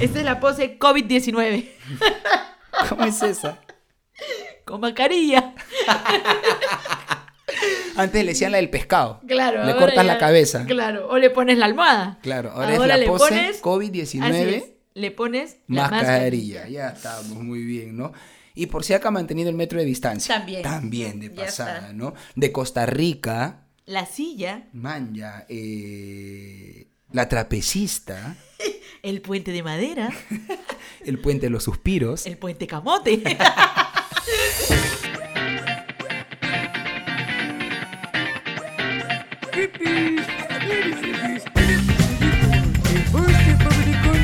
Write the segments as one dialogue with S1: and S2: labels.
S1: Esta es la pose COVID-19.
S2: ¿Cómo es esa?
S1: Con mascarilla.
S2: Antes le decían la del pescado.
S1: Claro.
S2: Le
S1: ahora
S2: cortas
S1: ya-
S2: la cabeza.
S1: Claro. O le pones la almohada.
S2: Claro, ahora,
S1: Ahora
S2: es
S1: le
S2: la pose
S1: pones- Así es,
S2: COVID-19
S1: Le pones la
S2: mascarilla. Ya estamos muy bien, ¿no? Y por si acá mantenido el metro de distancia.
S1: También.
S2: También de
S1: Ya
S2: pasada,
S1: está.
S2: ¿no? De Costa Rica,
S1: La silla,
S2: Manja, eh, la trapecista,
S1: el puente de madera,
S2: el puente de los suspiros.
S1: el puente camote.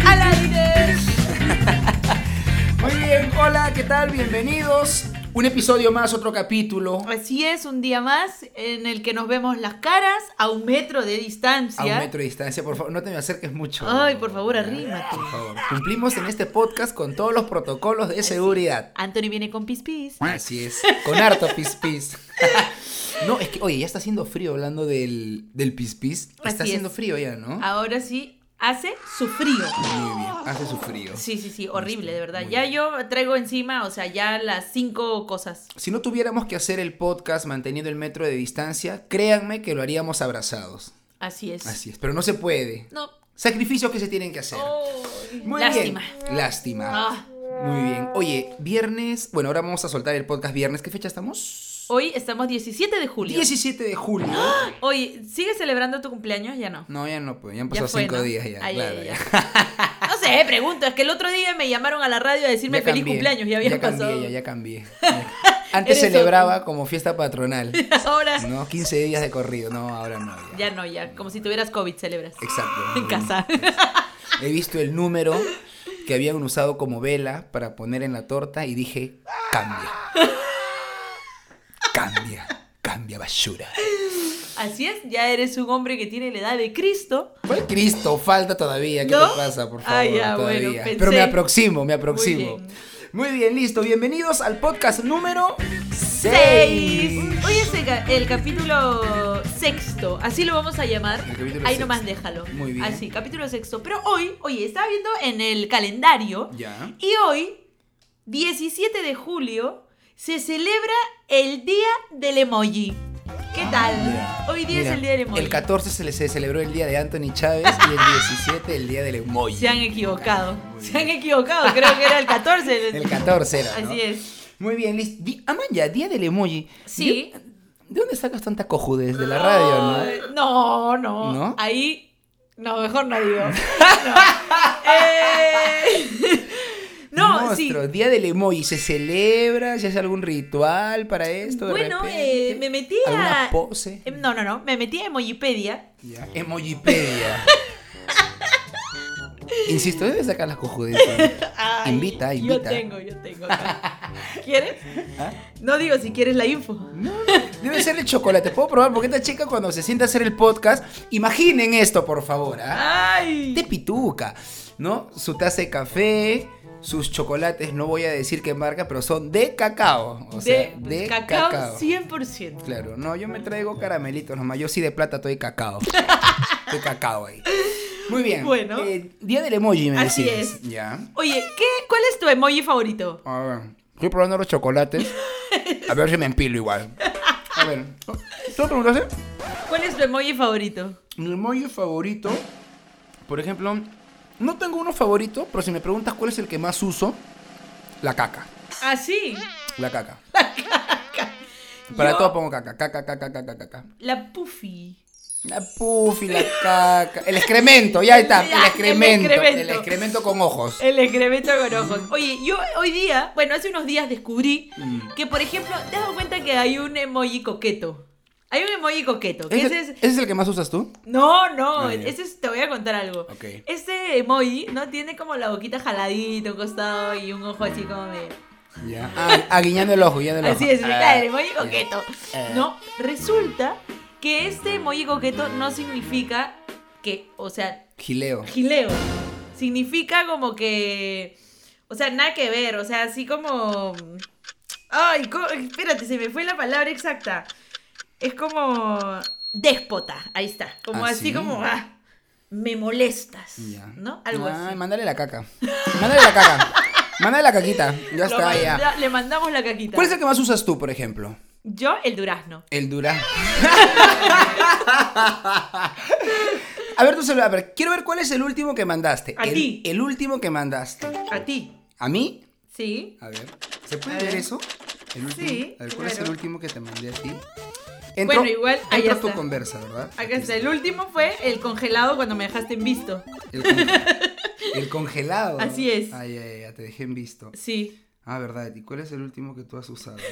S1: ¡Al aire!
S2: Muy bien, hola, ¿qué tal? Bienvenidos. Un episodio más, otro capítulo.
S1: Así es, un día más en el que nos vemos las caras a un metro de distancia.
S2: A un metro de distancia, por favor, no te me acerques mucho.
S1: Ay, por favor, arrímate.
S2: Por favor. Cumplimos en este podcast con todos los protocolos de seguridad.
S1: Anthony viene con pis pis.
S2: Así es, con harto pis pis. No, es que, oye, ya está haciendo frío hablando del, del pis pis. Está
S1: Así
S2: haciendo
S1: es. Ah.
S2: frío ya, ¿no?
S1: Ahora sí, hace su frío.
S2: Muy bien, hace su frío.
S1: Sí, sí, sí, horrible, de verdad.
S2: Muy
S1: Ya yo traigo encima, o sea, ya las cinco cosas.
S2: Si no tuviéramos que hacer el podcast manteniendo el metro de distancia, créanme que lo haríamos abrazados.
S1: Así es.
S2: Así es, pero no se puede.
S1: No.
S2: Sacrificios que se tienen que hacer.
S1: Ay,
S2: Muy
S1: Oh, Lástima.
S2: bien. Lástima.
S1: Ah,
S2: Muy bien. Oye, viernes, bueno, ahora vamos a soltar el podcast viernes. ¿Qué fecha estamos?
S1: hoy estamos 17 de julio.
S2: 17 de julio.
S1: Oye, ¿sigues celebrando tu cumpleaños? Ya no.
S2: No, ya no, pues ya han pasado
S1: fue,
S2: 5
S1: ¿no?
S2: días ya.
S1: Ay,
S2: claro,
S1: ay,
S2: ya.
S1: ay. No sé, pregunto. Es que el otro día me llamaron a la radio a decirme
S2: Ya
S1: feliz
S2: cambié,
S1: cumpleaños. Ya había
S2: cambié,
S1: pasado.
S2: ya, ya cambié. Ya. Antes
S1: Eres
S2: celebraba como fiesta patronal.
S1: Ahora
S2: No, 15 días de corrido. No, ahora no.
S1: ya
S2: Ya.
S1: no, ya. Como si tuvieras COVID, celebras.
S2: Exacto.
S1: En casa.
S2: He visto el número que habían usado como vela para poner en la torta y dije, cambia. Cambia, cambia basura.
S1: Así es, ya eres un hombre que tiene la edad de Cristo.
S2: ¿Cuál Cristo? Falta todavía. ¿Qué
S1: ¿No?
S2: te pasa, por
S1: Ah,
S2: favor?
S1: ya, bueno,
S2: todavía.
S1: pensé.
S2: Pero me aproximo, me aproximo.
S1: Muy bien.
S2: Muy bien, listo. Bienvenidos al podcast número
S1: 6.
S2: 6.
S1: Hoy es el, ca- el capítulo sexto, así lo vamos a llamar.
S2: El capítulo
S1: Ahí
S2: sexto.
S1: nomás déjalo.
S2: Muy bien.
S1: Así, capítulo sexto. Pero hoy, oye, estaba viendo en el calendario
S2: Ya.
S1: y hoy, 17 de julio, se celebra el Día del Emoji. ¿Qué tal?
S2: Ah, Mira,
S1: hoy día
S2: mira,
S1: es el Día del Emoji.
S2: El 14 se, le- se celebró el día de Anthony Chávez y el 17 el día del emoji.
S1: Se han equivocado.
S2: Muy
S1: Se han
S2: bien.
S1: equivocado. Creo que era el 14.
S2: El 14 era, ¿no?
S1: Así es.
S2: Muy bien, listo. Di- Amaya, día del emoji.
S1: Sí.
S2: ¿De, de dónde sacas tanta cojudez? De la radio, ¿no?
S1: ¿no? No, no.
S2: ¿No?
S1: Ahí. No, mejor no digo. No, Eh, no, sí.
S2: Monstruo, día del emoji. ¿Se celebra? ¿Se hace algún ritual para esto? de
S1: Bueno,
S2: repente?
S1: eh, me metí
S2: ¿Alguna
S1: a.
S2: pose?
S1: Em, No, no, no. Me metí a Emojipedia.
S2: Ya. Emojipedia. Insisto, debes sacar las cojudes.
S1: Ay,
S2: Invita,
S1: Yo
S2: invita.
S1: tengo, yo tengo. acá. ¿Quieres?
S2: ¿Ah?
S1: No digo si quieres la info.
S2: Debe ser el chocolate. ¿Puedo probar? Porque esta chica cuando se sienta a hacer el podcast, imaginen esto, por favor. ¿ah?
S1: Ay.
S2: De pituca, ¿no? Su taza de café, sus chocolates, no voy a decir qué marca, pero son de cacao. O sea,
S1: de,
S2: de
S1: cacao,
S2: cacao.
S1: 100%.
S2: Claro, no, yo me traigo caramelitos nomás. Yo sí de plata estoy cacao. De cacao ahí. Muy bien.
S1: Bueno.
S2: Eh, día del emoji, me
S1: Así
S2: decías.
S1: es.
S2: Ya.
S1: Oye, ¿qué, ¿cuál es tu emoji favorito?
S2: A ver, estoy probando los chocolates. A ver si me empilo igual. A ver, ¿tú me preguntaste?
S1: ¿Cuál es tu emoji favorito?
S2: Mi emoji favorito, por ejemplo, no tengo uno favorito, pero si me preguntas cuál es el que más uso, la caca.
S1: Ah, sí.
S2: La caca. Para
S1: Yo-
S2: todo pongo caca, caca, caca, caca, caca.
S1: La Puffy.
S2: La puffy, la caca. El excremento, ya está.
S1: Ya,
S2: El
S1: el
S2: excremento.
S1: excremento. Eh,
S2: El excremento con ojos.
S1: El excremento con ojos. Oye, yo hoy día, bueno, hace unos días descubrí
S2: Mm.
S1: que, por ejemplo, te has dado cuenta que hay un emoji coqueto. Hay un emoji coqueto. Que
S2: ¿Ese,
S1: ese es...
S2: ese es el que más usas tú?
S1: No, no,
S2: Ah, ya.
S1: ese es- te voy a contar algo.
S2: Ok.
S1: Este emoji, ¿no? Tiene como la boquita jaladita, un costado y un ojo así como de...
S2: Ya. Ah, ah, guiñando el ojo, guiñando el ojo.
S1: Así es,
S2: Ah,
S1: mira, el emoji
S2: ya.
S1: coqueto.
S2: Eh.
S1: No, resulta que este emoji coqueto no significa que, o sea,
S2: Gileo.
S1: Gileo. Significa como que. O sea, nada que ver. O sea, así como. Ay, co- espérate, se me fue la palabra exacta. Es como. Déspota. Ahí está. Como
S2: ¿Ah,
S1: así
S2: sí?
S1: como. ah, me molestas,
S2: Ya.
S1: ¿no? Algo
S2: Ah,
S1: así.
S2: Mándale la caca. Mándale la caca. mándale la caquita. Ya
S1: Lo
S2: está, ya.
S1: manda- Le mandamos la caquita.
S2: ¿Cuál es el que más usas tú, por ejemplo?
S1: Yo, el durazno.
S2: El durazno. a ver tu celular. A ver, quiero ver cuál es el último que mandaste.
S1: A
S2: el,
S1: ti.
S2: El último que mandaste.
S1: A ti.
S2: ¿A mí?
S1: Sí.
S2: A ver. ¿Se puede
S1: A
S2: ver
S1: ver.
S2: eso? El último.
S1: Sí,
S2: A ver, ¿cuál es el
S1: claro.
S2: último que te mandé a ti? Entró-
S1: Bueno, igual, ahí
S2: entró
S1: está.
S2: tu conversa, ¿verdad? Aquí
S1: Acá está. El último fue el congelado cuando me dejaste en visto.
S2: El, conge- el congelado.
S1: Así es.
S2: Ay, ay, ay, te dejé en visto.
S1: Sí.
S2: Ah, verdad. ¿Y cuál es el último que tú has usado?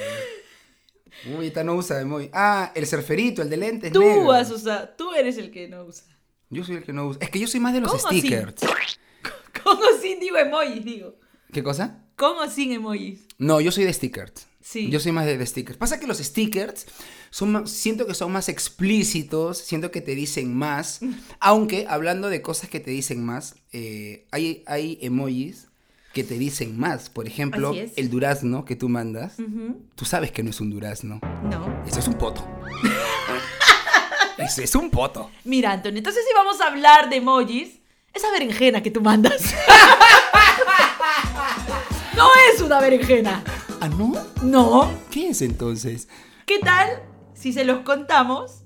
S2: Uy, esta no usa de muy. Ah, el surferito, el de lentes.
S1: Tú
S2: negros.
S1: has usado. Tú eres el que no usa.
S2: Yo soy el que no usa. Es que yo soy más de los
S1: ¿Cómo así?
S2: stickers.
S1: Con o sin digo emojis, digo.
S2: ¿Qué cosa?
S1: Con o sin emojis.
S2: No, yo soy de stickers.
S1: Sí.
S2: Yo soy más de, de stickers. Pasa que los stickers son más- siento que son más explícitos, siento que te dicen más. Aunque hablando de cosas que te dicen más, eh, hay, hay emojis que te dicen más. Por ejemplo,
S1: Así es.
S2: el durazno que tú mandas.
S1: Ujú.
S2: Tú sabes que no es un durazno.
S1: No.
S2: Eso es un poto. Eso es un poto.
S1: Mira, Antonio, entonces si vamos a hablar de emojis, esa berenjena que tú mandas. no es una berenjena.
S2: ¿Ah, no?
S1: No.
S2: ¿Qué es entonces?
S1: ¿Qué tal si se los contamos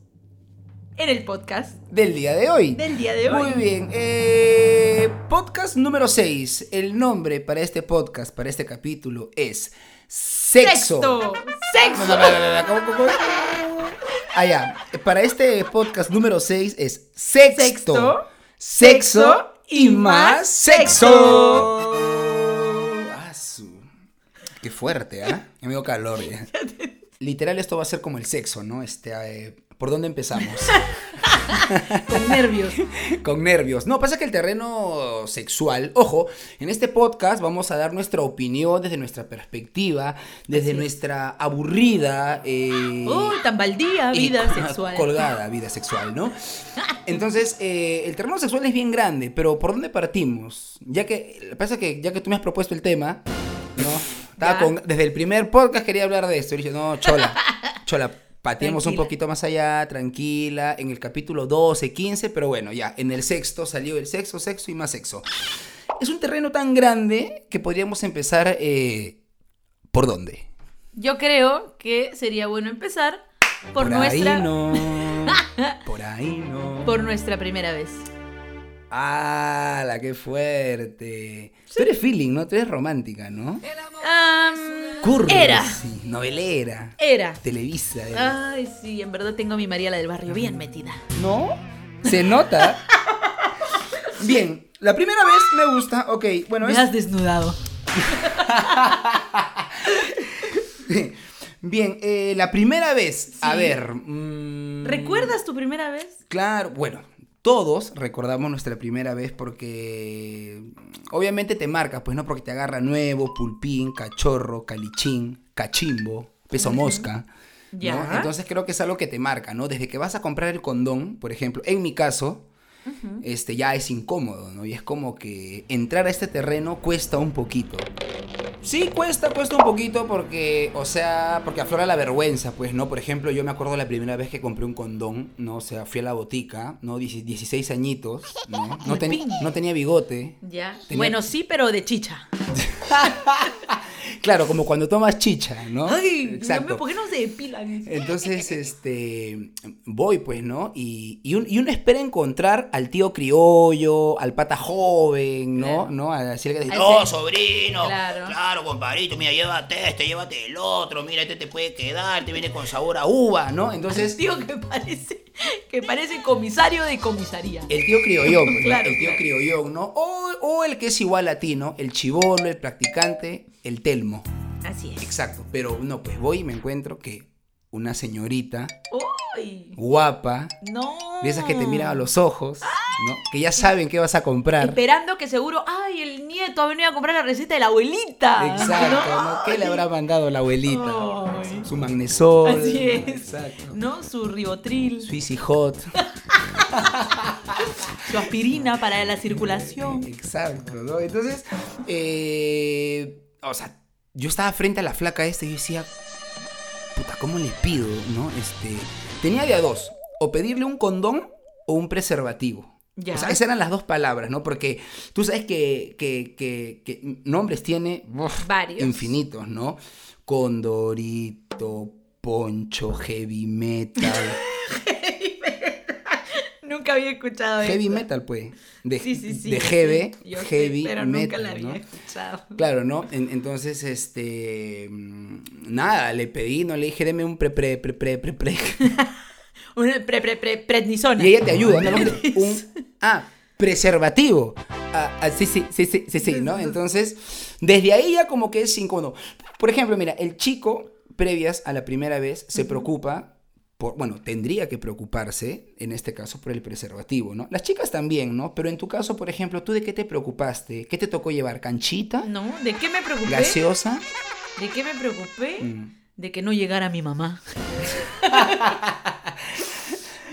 S1: en el podcast
S2: Del día de hoy.
S1: del día de hoy?
S2: Muy bien. eh, podcast número 6. El nombre para este podcast, para este capítulo, es Sexo.
S1: Sexto.
S2: No,
S1: Sexo.
S2: no, no, no, no, ¿cómo, cómo es? Ah, ya. Para este podcast número 6 es sexto.
S1: Sexto.
S2: Sexo y más sexo. Ah, su- Qué fuerte, ¿ah? Ya me dio calor. ya. Literal, esto va a ser como el sexo, ¿no? Este, eh, ¿Por dónde empezamos?
S1: Con nervios.
S2: Con nervios. No, pasa que el terreno sexual, ojo, en este podcast vamos a dar nuestra opinión desde nuestra perspectiva, desde
S1: Así es.
S2: nuestra aburrida... eh,
S1: Uy, tan baldía
S2: y-
S1: vida sexual.
S2: Colgada vida sexual, ¿no? Entonces, eh, el terreno sexual es bien grande, pero ¿por dónde partimos? Ya que, pasa que ya que tú me has propuesto el tema, ¿no?
S1: Ya.
S2: Estaba con- desde el primer podcast quería hablar de esto. Y dije, no, chola, chola, pateemos un
S1: Tranquila.
S2: poquito más allá, tranquila, en el capítulo 12, 15, pero bueno, ya, en el sexto salió el sexo, sexo y más sexo. Es un terreno tan grande que podríamos empezar, eh, ¿por dónde?
S1: Yo creo que sería bueno empezar por, nuestra
S2: ahí no. Por ahí no.
S1: por nuestra primera vez.
S2: ¡Hala, qué fuerte! Tú eres feeling, ¿no? Tú eres romántica, ¿no?
S1: Am,
S2: Curry,
S1: era,
S2: sí, novelera.
S1: era.
S2: Televisa. eres.
S1: Ay, sí, en verdad tengo a mi María la del barrio bien metida.
S2: ¿No? Se nota. Bien, la primera vez me gusta. Ok, bueno,
S1: Me
S2: es-
S1: has desnudado.
S2: Bien, eh, la primera vez. A
S1: Sí.
S2: ver. mm,
S1: ¿Recuerdas tu primera vez?
S2: Claro, bueno, todos recordamos nuestra primera vez porque obviamente te marca, pues no, porque te agarra nuevo, pulpín, cachorro, calichín, cachimbo, peso mosca. ¿no?
S1: Ya.
S2: Entonces creo que es algo que te marca, ¿no? Desde que vas a comprar el condón, por ejemplo, en mi caso, este ya es incómodo, ¿no? Y es como que entrar a este terreno cuesta un poquito. Sí, cuesta, cuesta un poquito porque, o sea, porque aflora la vergüenza, pues, ¿no? Por ejemplo, yo me acuerdo la primera vez que compré un condón, ¿no? O sea, fui a la botica, ¿no? Dieci- 16 añitos, ¿no? No, ten-
S1: Pulpín.
S2: no tenía bigote.
S1: Ya.
S2: Tenía-
S1: Bueno, sí, pero de chicha.
S2: Claro, como cuando tomas chicha, ¿no? Eh,
S1: Ay, Dios mío, ¿por qué no se depilan?
S2: Entonces, este, voy pues, ¿no? Y, y un- y uno espera encontrar al tío criollo, al pata joven, ¿no?
S1: Claro.
S2: ¿No? A decir que
S1: Al
S2: no,
S1: ser-
S2: sobrino,
S1: Claro.
S2: claro. compadrito, mira, llévate este, llévate el otro, mira, este te puede quedar, te viene con sabor a uva, ¿no? Entonces,
S1: Tío, que parece, que parece comisario de comisaría.
S2: el tío criollón, pues, ¿no?
S1: Claro,
S2: el tío
S1: claro.
S2: criollón, ¿no? O, o el que es igual a ti, ¿no? El chivolo, el practicante, el telmo.
S1: Así es.
S2: Exacto, pero no, pues voy y me encuentro que una señorita
S1: Uy.
S2: guapa,
S1: No.
S2: De esas que te miran a los ojos, ¿no? Que
S1: Ah.
S2: ya saben qué vas a comprar.
S1: Esperando que seguro, ay, el nieto ha venido a comprar la receta de la abuelita.
S2: Exacto, ¿no? ¿Qué le habrá mandado la abuelita?
S1: Ay.
S2: Su magnesol.
S1: Así es.
S2: Exacto.
S1: No, su ribotril,
S2: Su Easy Hot.
S1: su aspirina para la circulación.
S2: Exacto, ¿no? Entonces, eh, o sea, yo estaba frente a la flaca esta y yo decía, puta, ¿cómo le pido, no? Este, tenía de a dos, o pedirle un condón o un preservativo.
S1: Ya.
S2: O sea, esas eran las dos palabras, ¿no? Porque tú sabes que, que, que- que nombres tiene uf,
S1: Varios.
S2: infinitos, ¿no? Condorito, poncho, heavy metal.
S1: Nunca había escuchado
S2: heavy
S1: eso.
S2: metal, pues. De,
S1: Sí, sí, sí.
S2: de
S1: sí,
S2: heavy,
S1: yo sé,
S2: heavy
S1: pero nunca
S2: metal,
S1: la había
S2: ¿no?
S1: escuchado.
S2: Claro, ¿no? En- entonces, este. mm, Nada, le pedí, no le dije, deme un pre, pre, pre, pre, pre, pre.
S1: Una pre, pre, pre, prednisona.
S2: Y ella te ayuda, ¿no? Un, ah, preservativo. Ah, ah, sí, sí, sí, sí, sí, sí, ¿no? Entonces, desde ahí ya como que es incómodo. Por ejemplo, mira, el chico, previas a la primera vez, se preocupa por, bueno, tendría que preocuparse, en este caso, por el preservativo, ¿no? Las chicas también, ¿no? Pero en tu caso, por ejemplo, ¿tú de qué te preocupaste? ¿Qué te tocó llevar? ¿Canchita?
S1: No, ¿de qué me preocupé?
S2: ¿Gaseosa?
S1: ¿De qué me preocupé?
S2: Mm.
S1: De que no llegara mi mamá.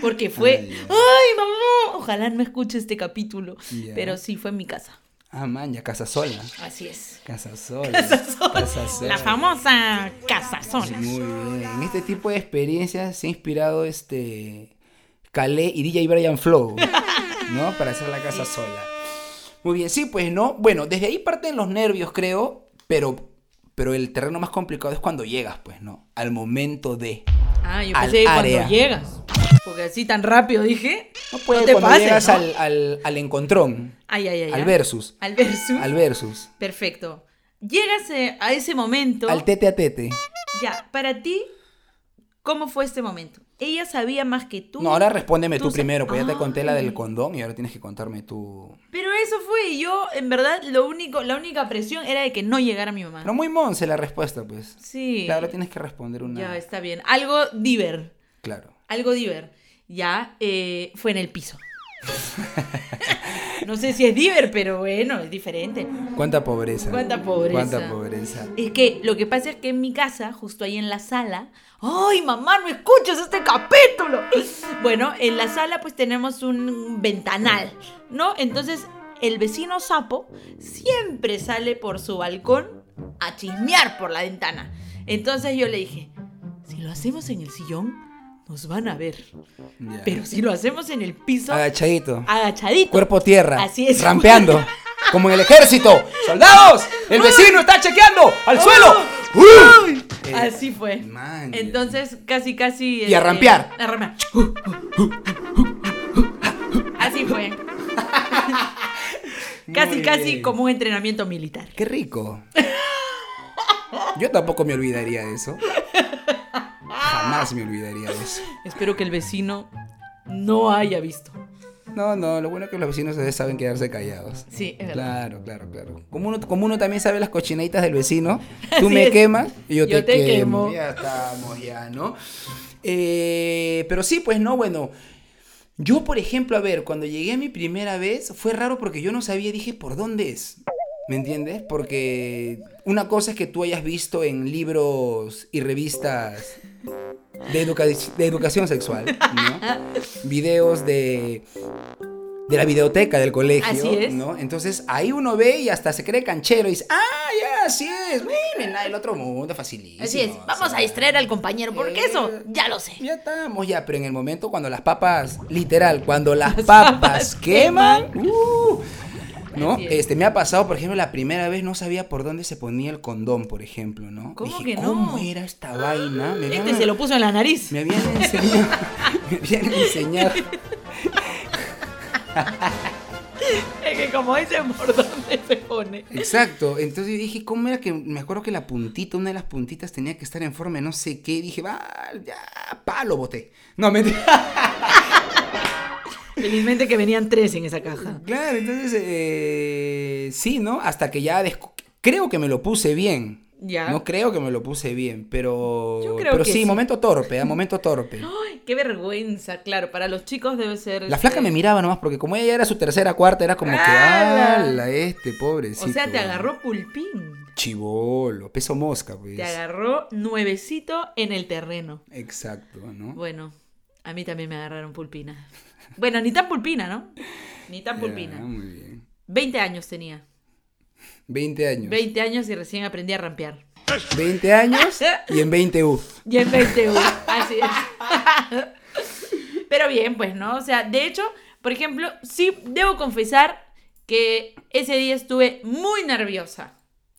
S1: Porque fue,
S2: Ay, Dios.
S1: ay mamá, ojalá no escuche este capítulo.
S2: Ya.
S1: Pero sí, fue en mi casa.
S2: Ah, man, ya casa sola.
S1: Así es.
S2: Casa sola. Casa sola.
S1: La famosa casa sola.
S2: Muy bien. En este tipo de experiencias se ha inspirado este Calé y DJ Brian Flow, ¿no? Para hacer la casa sola. Muy bien, sí, pues no. Bueno, desde ahí parten los nervios, creo, pero, pero el terreno más complicado es cuando llegas, pues, ¿no? Al momento de.
S1: Ah, yo
S2: Al
S1: pensé que
S2: área.
S1: cuando llegas. Porque así tan rápido dije.
S2: No puede
S1: te
S2: cuando
S1: pases,
S2: llegas
S1: ¿no?
S2: al, al, al encontrón,
S1: Ay, ay, ay.
S2: al
S1: ay.
S2: versus,
S1: Al versus.
S2: al versus,
S1: Perfecto. Llegas eh, a ese momento.
S2: al tete a tete.
S1: Ya, para ti, ¿cómo fue este momento? Ella sabía más que tú.
S2: No, ahora respóndeme tú,
S1: tú Ah. sa-
S2: primero, pues ya te conté la
S1: Ay.
S2: del condón y ahora tienes que contarme tú.
S1: Pero eso fue, y yo, en verdad, lo único, la única presión era de que no llegara mi mamá.
S2: Pero muy monse la respuesta, pues.
S1: Sí.
S2: Claro, tienes que responder una.
S1: Ya, está bien. Algo diver.
S2: Claro.
S1: Algo diver. Ya, eh, fue en el piso. no sé si es diver, pero bueno, es diferente.
S2: ¿Cuánta pobreza?
S1: Cuánta pobreza.
S2: ¿Cuánta pobreza?
S1: Es que lo que pasa es que en mi casa, justo ahí en la sala, ¡ay, mamá, no escuches este capítulo! Bueno, en la sala pues tenemos un ventanal, ¿no? Entonces el vecino sapo siempre sale por su balcón a chismear por la ventana. Entonces yo le dije, si lo hacemos en el sillón, nos van a ver.
S2: Ya.
S1: Pero si lo hacemos en el piso,
S2: Agachadito.
S1: agachadito.
S2: Cuerpo tierra.
S1: Así es.
S2: Rampeando. Como en el ejército. ¡Soldados! ¡El vecino está chequeando! ¡Al suelo! ¡Uh! Eh,
S1: Así fue.
S2: man, ya.
S1: Entonces, casi, casi. este,
S2: Y a rampear.
S1: a rampear. Así fue. casi,
S2: Muy
S1: casi
S2: bien.
S1: como un entrenamiento militar.
S2: ¡Qué rico! Yo tampoco me olvidaría de eso. Jamás me olvidaría de eso.
S1: Espero que el vecino no haya visto.
S2: No, no, lo bueno es que los vecinos a veces saben quedarse callados.
S1: Sí, es verdad.
S2: Claro, claro, claro. Como uno, como uno también sabe las cochinaditas del vecino, tú
S1: Así
S2: me
S1: es.
S2: quemas y yo,
S1: Yo
S2: te,
S1: te
S2: quemo.
S1: quemo.
S2: Ya estamos, ya, ¿no? Eh, pero sí, pues no, bueno. Yo, por ejemplo, a ver, cuando llegué a mi primera vez, fue raro porque yo no sabía, dije, ¿por dónde es? ¿Me entiendes? Porque una cosa es que tú hayas visto en libros y revistas de, educa- de educación sexual, ¿no? Videos de, de la videoteca del colegio,
S1: Así es.
S2: ¿no? Entonces ahí uno ve y hasta se cree canchero y dice, ah, ya, así es, miren, el otro mundo, facilísimo.
S1: Así es. Vamos a
S2: distraer
S1: distraer al compañero porque eso
S2: Eh.
S1: ya lo sé.
S2: ya estamos, ya, pero en el momento cuando las papas, literal, cuando las, papas,
S1: papas
S2: queman, uh, ¿no?
S1: Así es.
S2: Este, me ha pasado, por ejemplo, la primera vez no sabía por dónde se ponía el condón, por ejemplo, ¿no?
S1: ¿Cómo
S2: Dije,
S1: que no?
S2: ¿Cómo era esta vaina? Me
S1: Este
S2: habían-
S1: se lo puso en la nariz.
S2: Ah. me habían enseñado. me habían enseñado.
S1: Es que como dice, ¿por dónde se pone?
S2: Exacto. Entonces yo dije, ¿cómo era que? Me acuerdo que la puntita, una de las puntitas tenía que estar en forma de no sé qué. Dije, va, ya, pa, lo boté. No, mentira.
S1: Felizmente que venían tres en esa caja.
S2: Claro, entonces, eh, sí, ¿no? Hasta que ya descu- creo que me lo puse bien.
S1: Ya.
S2: No creo que me lo puse bien, pero
S1: Yo creo
S2: pero
S1: que
S2: sí,
S1: sí.
S2: momento torpe, ¿ah? momento torpe.
S1: Ay, qué vergüenza, claro. Para los chicos debe ser.
S2: La flaca
S1: este,
S2: me miraba nomás porque como ella ya era su tercera, cuarta, era como que,
S1: ¡Hala!
S2: ala, este pobrecito.
S1: O sea, te agarró pulpín.
S2: Chivolo, peso mosca, pues.
S1: Te agarró nuevecito en el terreno.
S2: Exacto, ¿no?
S1: Bueno, a mí también me agarraron pulpina. Bueno, ni tan pulpina, ¿no? Ni tan
S2: Ya,
S1: pulpina.
S2: muy bien.
S1: 20 años tenía.
S2: 20 años.
S1: 20 años y recién aprendí a rampear.
S2: 20 años y en 20 U.
S1: Y en 20 u- así es. Pero bien, pues, ¿no? O sea, de hecho, Por ejemplo, sí debo confesar que ese día estuve muy nerviosa.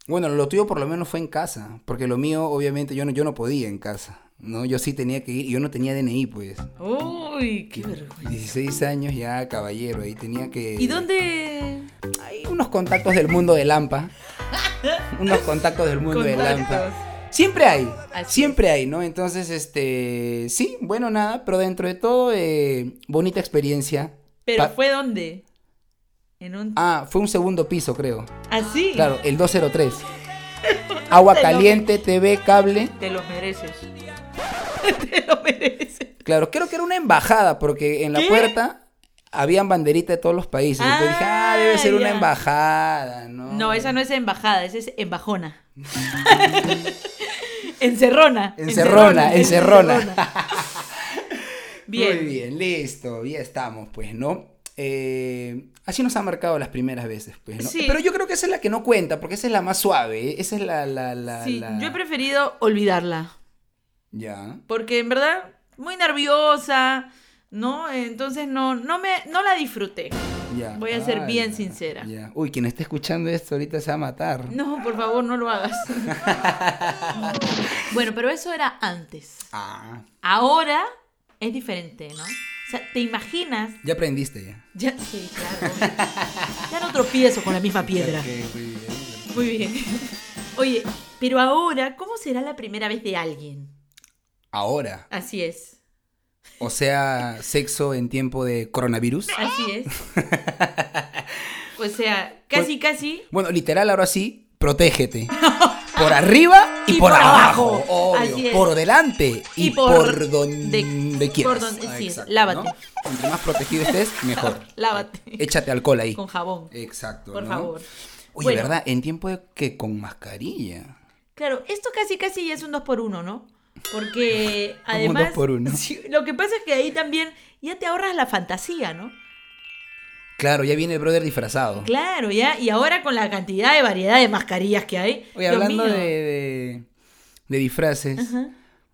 S2: Bueno, lo tuyo por lo menos fue en casa, porque lo mío obviamente yo no, yo no podía en casa, ¿no? Yo sí tenía que ir, yo no tenía DNI pues.
S1: Uy, qué vergüenza.
S2: 16 años ya, caballero, ahí tenía que...
S1: ¿Y dónde?
S2: Hay unos contactos del mundo de Lampa. unos contactos del mundo de
S1: Contactos.
S2: Lampa. Siempre hay,
S1: Así
S2: siempre hay, ¿no? Entonces, este, sí, bueno, nada, pero dentro de todo, eh, bonita experiencia.
S1: ¿Pero
S2: Pa-
S1: fue dónde? En un... Ah,
S2: Ah, fue un segundo piso, creo.
S1: ¿Así?
S2: Claro, el 203. Agua Caliente, TV, cable.
S1: Te lo mereces. Te lo mereces.
S2: Claro, creo que era una embajada, porque en la
S1: ¿Qué?
S2: puerta habían banderita de todos los países. Entonces dije, ah, debe ser
S1: Ah,
S2: una
S1: ya.
S2: embajada, ¿no?
S1: No, esa no es embajada, esa es embajona. encerrona.
S2: Encerrona, encerrona.
S1: Bien.
S2: Muy bien, listo, ya estamos, pues, ¿no? Eh, así nos han marcado las primeras veces, pues, ¿no?
S1: Sí.
S2: Pero yo creo que esa es la que no cuenta, porque esa es la más suave, ¿eh? esa es la... la, la,
S1: Sí,
S2: la-
S1: yo he preferido olvidarla.
S2: Ya.
S1: Porque en verdad, muy nerviosa, ¿no? Entonces no, no me, no la disfruté.
S2: Ya.
S1: Voy a ser bien sincera.
S2: ya. Uy, quien está escuchando esto ahorita se va a matar.
S1: No, por favor, no lo hagas. bueno, pero eso era antes.
S2: Ah,
S1: Ahora es diferente, ¿no? O sea, ¿te imaginas?
S2: ya aprendiste ya.
S1: Ya, sí, claro. ya no tropiezo con la misma piedra.
S2: Ok, muy bien.
S1: Muy bien. Oye, pero ahora, ¿cómo será la primera vez de alguien?
S2: Ahora,
S1: Así es.
S2: o sea, sexo en tiempo de coronavirus.
S1: Así es. O sea, casi,
S2: Pues
S1: casi
S2: Bueno, literal, ahora sí, protégete. Por arriba y,
S1: Y
S2: por,
S1: por
S2: abajo.
S1: abajo.
S2: obvio.
S1: Así es.
S2: Por delante y,
S1: Y
S2: por,
S1: por
S2: donde
S1: de-
S2: quieras.
S1: por donde- sí,
S2: exacto,
S1: lávate.
S2: ¿no? Entre más protegido estés, mejor.
S1: lávate.
S2: Échate alcohol ahí.
S1: con jabón,
S2: Exacto.
S1: por
S2: ¿no?
S1: favor.
S2: Oye,
S1: Bueno.
S2: ¿verdad? En tiempo de que con mascarilla.
S1: Claro, esto casi casi ya es un 2 por 1 ¿no? Porque
S2: un
S1: además...
S2: dos por uno.
S1: Sí, lo que pasa es que ahí también ya te ahorras la fantasía, ¿no?
S2: Claro, ya viene el brother disfrazado.
S1: Claro, ya. Y ahora con la cantidad de variedad de mascarillas que hay.
S2: Oye,
S1: Dios
S2: hablando de,
S1: mío.
S2: de- de disfraces,
S1: Ajá.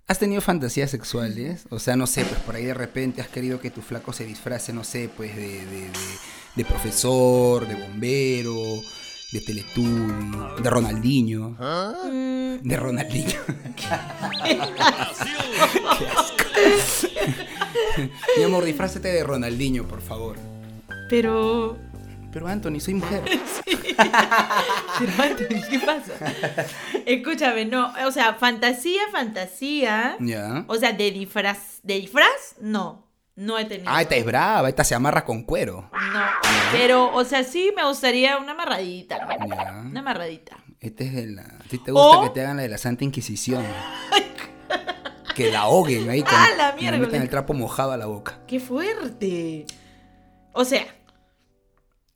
S2: ¿has tenido fantasías sexuales? O sea, no sé, pues por ahí de repente has querido que tu flaco se disfrace, no sé, pues de, de- de- de profesor, de bombero, de Teletubby, de Ronaldinho.
S1: Mm,
S2: De Ronaldinho. Mi amor, disfrázate de Ronaldinho, por favor.
S1: pero...
S2: Pero Anthony, soy mujer. Ah.
S1: pero, Anthony, ¿qué pasa? Escúchame, no. O sea, fantasía, fantasía.
S2: Ya.
S1: O sea, de disfraz... ¿De disfraz? No. No he tenido.
S2: Ah, esta es brava, esta se amarra con cuero.
S1: No. Pero, o sea, sí me gustaría una amarradita. ¿no?
S2: Ya.
S1: Una amarradita.
S2: Este es de la. ¿A ti te gusta
S1: O-
S2: que te hagan la de la Santa Inquisición? que la ahoguen ahí con.
S1: ¡Ah, la
S2: que le
S1: miércoles!
S2: metan el trapo mojado a la boca.
S1: ¡Qué fuerte! O sea,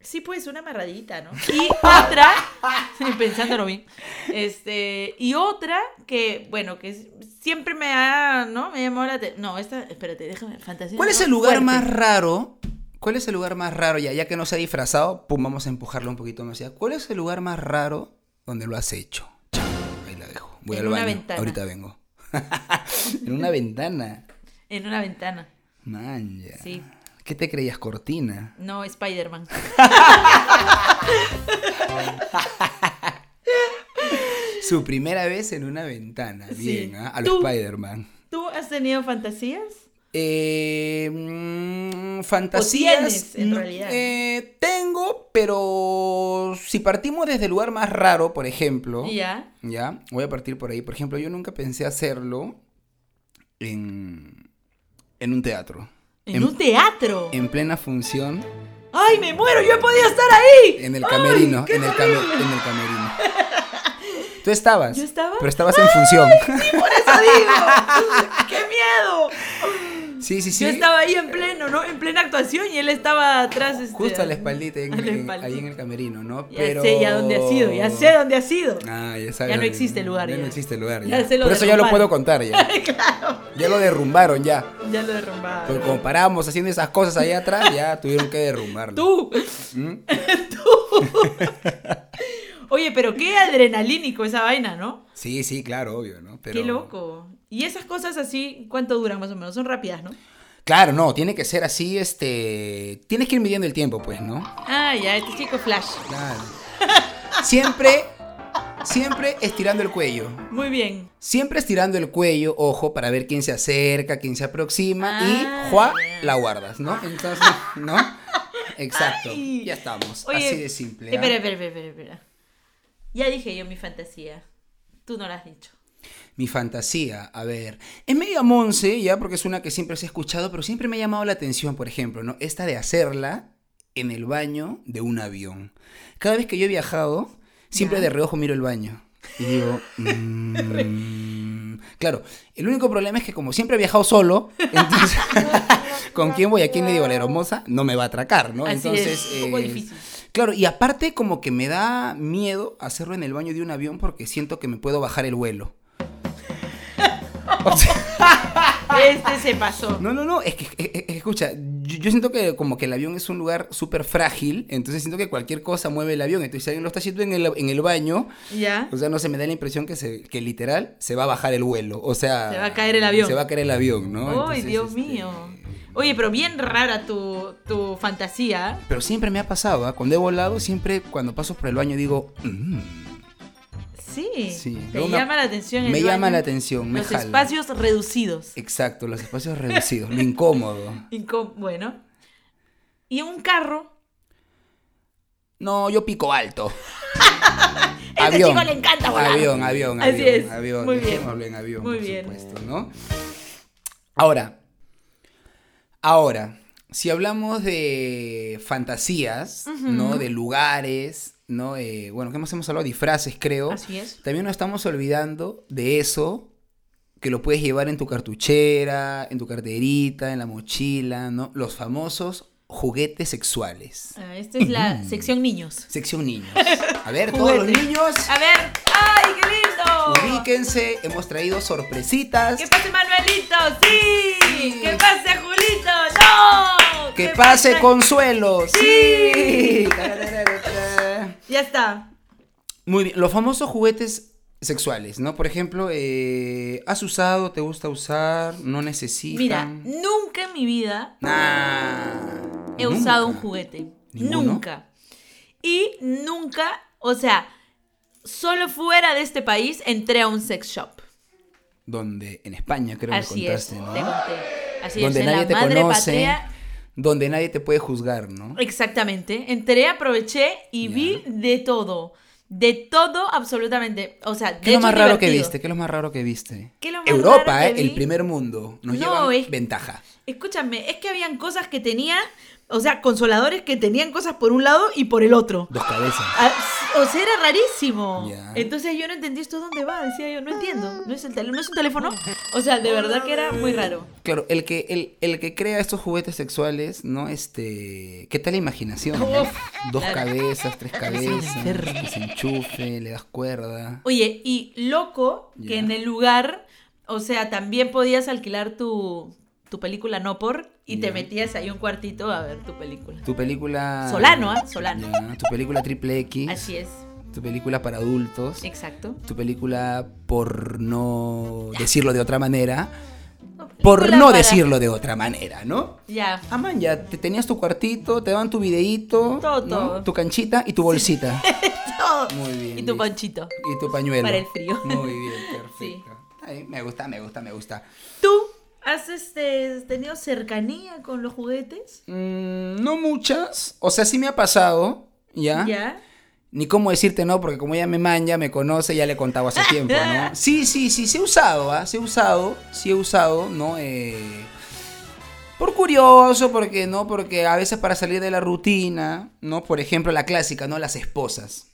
S1: sí pues una amarradita, ¿no? Y otra, pensándolo bien, este, y otra que, bueno, que s- siempre me ha, ¿no? Me ha llamado la atención. No, esta, espérate, déjame, fantasía.
S2: ¿Cuál es
S1: no,
S2: el lugar
S1: fuerte.
S2: más raro? ¿Cuál es el lugar más raro? Ya, ya que no se ha disfrazado, pum, vamos a empujarlo un poquito más allá. ¿Cuál es el lugar más raro donde lo has hecho? Chao, ahí la dejo. Voy
S1: En
S2: al
S1: una
S2: baño.
S1: ventana.
S2: Ahorita vengo. en una ventana.
S1: En una ventana,
S2: Man, ya.
S1: sí.
S2: ¿Qué te creías, cortina?
S1: No, Spider-Man.
S2: Su primera vez en una ventana.
S1: Sí.
S2: Bien, ¿ah? a
S1: Tú-
S2: los Spider-Man.
S1: ¿Tú has tenido fantasías?
S2: Eh, mm,
S1: ¿O
S2: fantasías.
S1: tienes, en
S2: no,
S1: realidad?
S2: eh, tengo, pero si partimos desde el lugar más raro, por ejemplo.
S1: Ya.
S2: Ya, voy a partir por ahí. Por ejemplo, yo nunca pensé hacerlo en, en un teatro.
S1: En,
S2: En-
S1: un teatro.
S2: Em En plena función,
S1: ¡Ay, me muero! ¡Yo he podido estar ahí!
S2: en el camerino.
S1: qué
S2: en, el came- en el camerino. Tú estabas.
S1: ¿Yo estaba?
S2: Pero estabas en función.
S1: ¡Por eso digo! ¡Qué miedo!
S2: Sí, sí, sí.
S1: Yo estaba ahí en pleno, ¿no? En plena actuación y él estaba atrás. este,
S2: Justo a la espaldita, en-
S1: a la
S2: en-
S1: espaldita.
S2: ahí en el camerino, ¿no?
S1: Ya
S2: Pero...
S1: sé ya dónde ha sido, ya sé dónde ha sido.
S2: Ah, ya sabes.
S1: Ya no
S2: dónde-
S1: existe el lugar,
S2: Ya,
S1: ya.
S2: no existe el lugar.
S1: Ya
S2: Ya.
S1: se lo
S2: Por eso ya lo
S1: derrumbaron.
S2: puedo contar ya.
S1: claro,
S2: Ya lo derrumbaron ya.
S1: ya lo derrumbaron.
S2: Porque como parábamos haciendo esas cosas ahí atrás, ya tuvieron que derrumbarlo.
S1: Tú,
S2: ¿Mm?
S1: oye, pero qué adrenalínico esa vaina, ¿no?
S2: Sí, sí, claro, obvio, ¿no? Pero...
S1: Qué loco. Y esas cosas así, ¿cuánto duran más o menos? Son rápidas, ¿no?
S2: Claro, no, tiene que ser así, este... Tienes que ir midiendo el tiempo, pues, ¿no?
S1: Ah, ya, este chico flash.
S2: Claro. Siempre, siempre estirando el cuello.
S1: Muy bien.
S2: Siempre estirando el cuello, ojo, para ver quién se acerca, quién se aproxima.
S1: Ah,
S2: y, Juan,
S1: ya.
S2: la guardas, ¿no? Entonces, ¿no? Exacto.
S1: Ay.
S2: Ya estamos.
S1: Oye, eh,
S2: así de simple. ¿ah?
S1: Espera, espera, espera, espera, espera. Ya dije yo mi fantasía. Tú no la has dicho.
S2: Mi fantasía, a ver, es media monce, ya, porque es una que siempre se ha escuchado, pero siempre me ha llamado la atención, por ejemplo, ¿no? Esta de hacerla en el baño de un avión. Cada vez que yo he viajado, siempre
S1: Ya.
S2: de reojo miro el baño. Y digo, mm, claro, el único problema es que como siempre he viajado solo, entonces, ¿con quién voy? ¿A quién le digo? La hermosa no me va a atracar, ¿no?
S1: Así
S2: entonces,
S1: es. Un poco
S2: eh,
S1: difícil.
S2: Claro, y aparte como que me da miedo hacerlo en el baño de un avión porque siento que me puedo bajar el vuelo. O sea,
S1: Este se pasó.
S2: no, no, no, es que, eh, eh, escucha, yo, yo siento que como que el avión es un lugar súper frágil, entonces siento que cualquier cosa mueve el avión, entonces si alguien lo está haciendo en el, en el baño,
S1: Ya.
S2: o sea, no se me da la impresión que, se, que literal se va a bajar el vuelo, o sea...
S1: Se va a caer el avión.
S2: Se va a caer el avión, ¿no?
S1: Ay,
S2: Entonces,
S1: Dios
S2: este,
S1: mío. Oye, pero bien rara tu, tu fantasía.
S2: Pero siempre me ha pasado, ¿ah? cuando he volado, siempre cuando paso por el baño digo... "Mm".
S1: Sí.
S2: Sí.
S1: Te
S2: Luego me-
S1: llama la atención. el
S2: me llama
S1: baño.
S2: la atención, me
S1: Los
S2: jala.
S1: espacios reducidos.
S2: Exacto, los espacios reducidos, lo incómodo.
S1: Incó- bueno. Y un carro.
S2: No, yo pico alto.
S1: Ese Este chico le encanta volar.
S2: Avión, avión,
S1: Así
S2: avión,
S1: es.
S2: avión.
S1: Muy bien.
S2: dejémoslo en avión,
S1: Muy
S2: por
S1: bien.
S2: supuesto, ¿no? Ahora, ahora, si hablamos de fantasías, ¿no? De lugares, ¿no? Eh, bueno, ¿qué más hemos hablado? Disfraces, creo.
S1: Así es.
S2: También nos estamos olvidando de eso que lo puedes llevar en tu cartuchera, en tu carterita, en la mochila, ¿no? Los famosos juguetes sexuales.
S1: Ah, esta es la sección niños.
S2: Sección niños. A ver, todos los
S1: Juguetes.
S2: niños,
S1: A ver. ¡Ay, qué lindo!
S2: ubíquense. Hemos traído sorpresitas.
S1: ¡Que pase Manuelito! ¡Sí! ¡Que pase Julito! ¡No!
S2: Que pase Consuelo. Sí.
S1: Ya está.
S2: Muy bien. Los famosos juguetes sexuales, ¿no? Por ejemplo, eh, ¿has usado? ¿Te gusta usar? ¿No necesitas?
S1: Mira, nunca en mi vida
S2: Nah,
S1: he usado un
S2: nunca.
S1: juguete.
S2: ¿Ninguno?
S1: Nunca. Y nunca, o sea, solo fuera de este país entré a un sex shop.
S2: Donde en España creo
S1: Así
S2: que contaste,
S1: es,
S2: ¿no?
S1: te conté. Así
S2: donde
S1: es, en
S2: nadie
S1: la
S2: te
S1: madre
S2: conoce,
S1: patria.
S2: donde nadie te puede juzgar, ¿no?
S1: Exactamente. Entré, aproveché y
S2: Ya.
S1: vi de todo. De todo, absolutamente. O sea, de
S2: ¿Qué es lo
S1: hecho,
S2: más raro que
S1: divertido.
S2: viste? ¿Qué es lo más raro que viste?
S1: ¿Qué es lo más
S2: Europa,
S1: raro que
S2: ¿eh?
S1: vi?
S2: El primer mundo. Nos
S1: No,
S2: llevan
S1: es-
S2: ventaja.
S1: Escúchame, es que habían cosas que tenía, o sea, consoladores que tenían cosas por un lado y por el otro.
S2: Dos cabezas.
S1: Ah, O sea, era rarísimo.
S2: Ya.
S1: Entonces yo no entendí esto dónde va, decía yo, no entiendo. ¿No es, el tel- ¿No es un teléfono? O sea, de verdad que era muy raro.
S2: Claro, el que, el, el que crea estos juguetes sexuales, ¿no? Este. ¿Qué tal la imaginación? no?
S1: Uf,
S2: Dos
S1: claro.
S2: cabezas, tres cabezas.
S1: enfermo.
S2: Que se enchufe, le das cuerda.
S1: Oye, y loco que
S2: Ya.
S1: en el lugar, o sea, también podías alquilar tu, tu película no por y te
S2: Ya.
S1: metías ahí un cuartito a ver tu película.
S2: Tu película.
S1: Solano, ¿ah? Solano.
S2: Ya, tu película triple X.
S1: Así es,
S2: Tu película para adultos.
S1: exacto.
S2: Tu película por no decirlo de otra manera.
S1: pues,
S2: Por
S1: Película
S2: no
S1: para-
S2: decirlo de otra manera, ¿no?
S1: Ya,
S2: Ah, man, ya te tenías tu cuartito, te daban tu videíto,
S1: Todo,
S2: ¿no?
S1: todo.
S2: tu canchita y tu bolsita. Muy bien.
S1: y tu
S2: listo.
S1: panchito.
S2: Y tu pañuelo.
S1: Para el frío.
S2: Muy bien, perfecto. Está bien, me gusta, me gusta, me gusta.
S1: ¿Tú has este, tenido cercanía con los juguetes?
S2: Mm, no muchas, o sea, sí me ha pasado, ¿ya?
S1: ¿Ya?
S2: Ni cómo decirte no, porque como ella me manja, me conoce, ya le contaba hace tiempo, ¿no? Sí, sí, sí, sí he usado, ¿ah? Sí he usado, sí he usado, ¿no? Eh, por curioso, porque no, porque a veces para salir de la rutina, ¿no? Por ejemplo, la clásica, ¿no? Las esposas.